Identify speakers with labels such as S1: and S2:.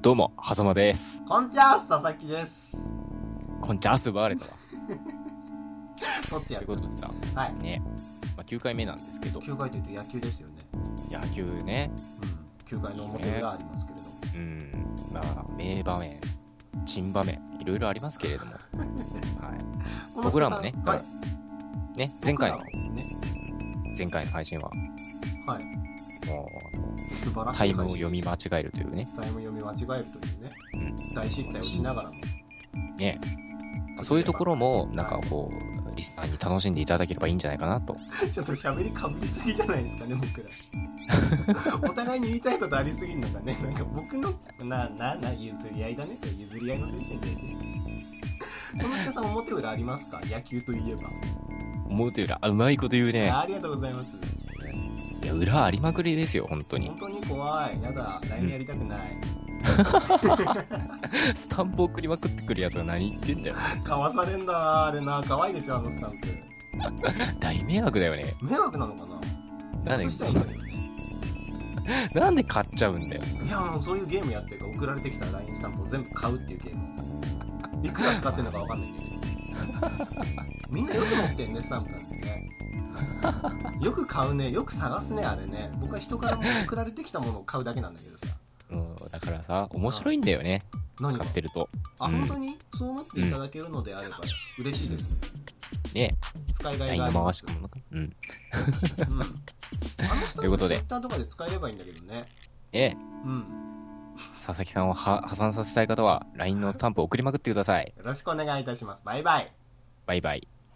S1: どうも、はざまです。
S2: こんにちは、佐々木です。
S1: こんちゃあす奪われたわ。
S2: どっちや
S1: とい
S2: る
S1: うことでさ、
S2: はい。
S1: ね、まあ、9回目なんですけど、
S2: 9回というと野球ですよね。
S1: 野球ね、
S2: うん。9回の表裏ありますけれども。
S1: うん、まあ、名場面、珍場面、いろいろありますけれ ども、はい。
S2: この
S1: 僕らもね、
S2: はい。
S1: ね、前回の
S2: 僕、らもね。
S1: 前回の配信は、
S2: はい。
S1: も
S2: 素晴ら
S1: う、
S2: しい。
S1: タイムを読み間。違えるというね、
S2: タイム読み間違えるというね。
S1: う
S2: 大失態をしながらも。
S1: ね、そういうところも、なんかこう、リスナーに楽しんでいただければいいんじゃないかなと。
S2: ちょっと喋りかぶりすぎじゃないですかね、僕 ら。お互いに言いたいことありすぎるのかね。なんか僕の、な、な、な、譲り合いだね。譲り合いの先生みたいで。この下さん表裏ありますか野球といえば、
S1: 思うというより、あ、うまいこと言うね。
S2: あ。ありがとうございます。
S1: いや、裏ありまくりですよ、本当に
S2: 本。当に怖い。やだ。LINE やりたくない。
S1: スタンプ送りまくってくるやつは何言って んだよ。
S2: かわされんだなあれな可愛いでしょあのスタンプ
S1: 大迷惑だよね。
S2: 迷惑なのか
S1: な
S2: な
S1: んで
S2: どうしたらいいんだろうね
S1: なんで買っちゃうんだよ。
S2: いやもうそういうゲームやってるから送られてきた LINE スタンプを全部買うっていうゲームをいくら使ってんのかわかんないけどみんなよく持ってんねスタンプなんてねよく買うねよく探すねあれね僕は人からも送られてきたものを買うだけなんだけどさ
S1: うん、だからさ、面白いんだよね。
S2: 何
S1: 使
S2: が
S1: ってると。
S2: あ、
S1: うん
S2: 本当にそう思っていただけるのであれば嬉しいです、
S1: ね、
S2: 使いがい
S1: LINE
S2: があり
S1: の
S2: ま
S1: 回し
S2: す
S1: 物か。うん。
S2: うん、あのス
S1: という
S2: タン
S1: こ
S2: プ
S1: とで
S2: Twitter とかで使えればいいんだけどね
S1: ね、
S2: うん
S1: 佐々木さんをは破産させたい方は、LINE のスタンプを送りまくってください。
S2: よろしくお願いいたします。バイバイ。
S1: バイバイ。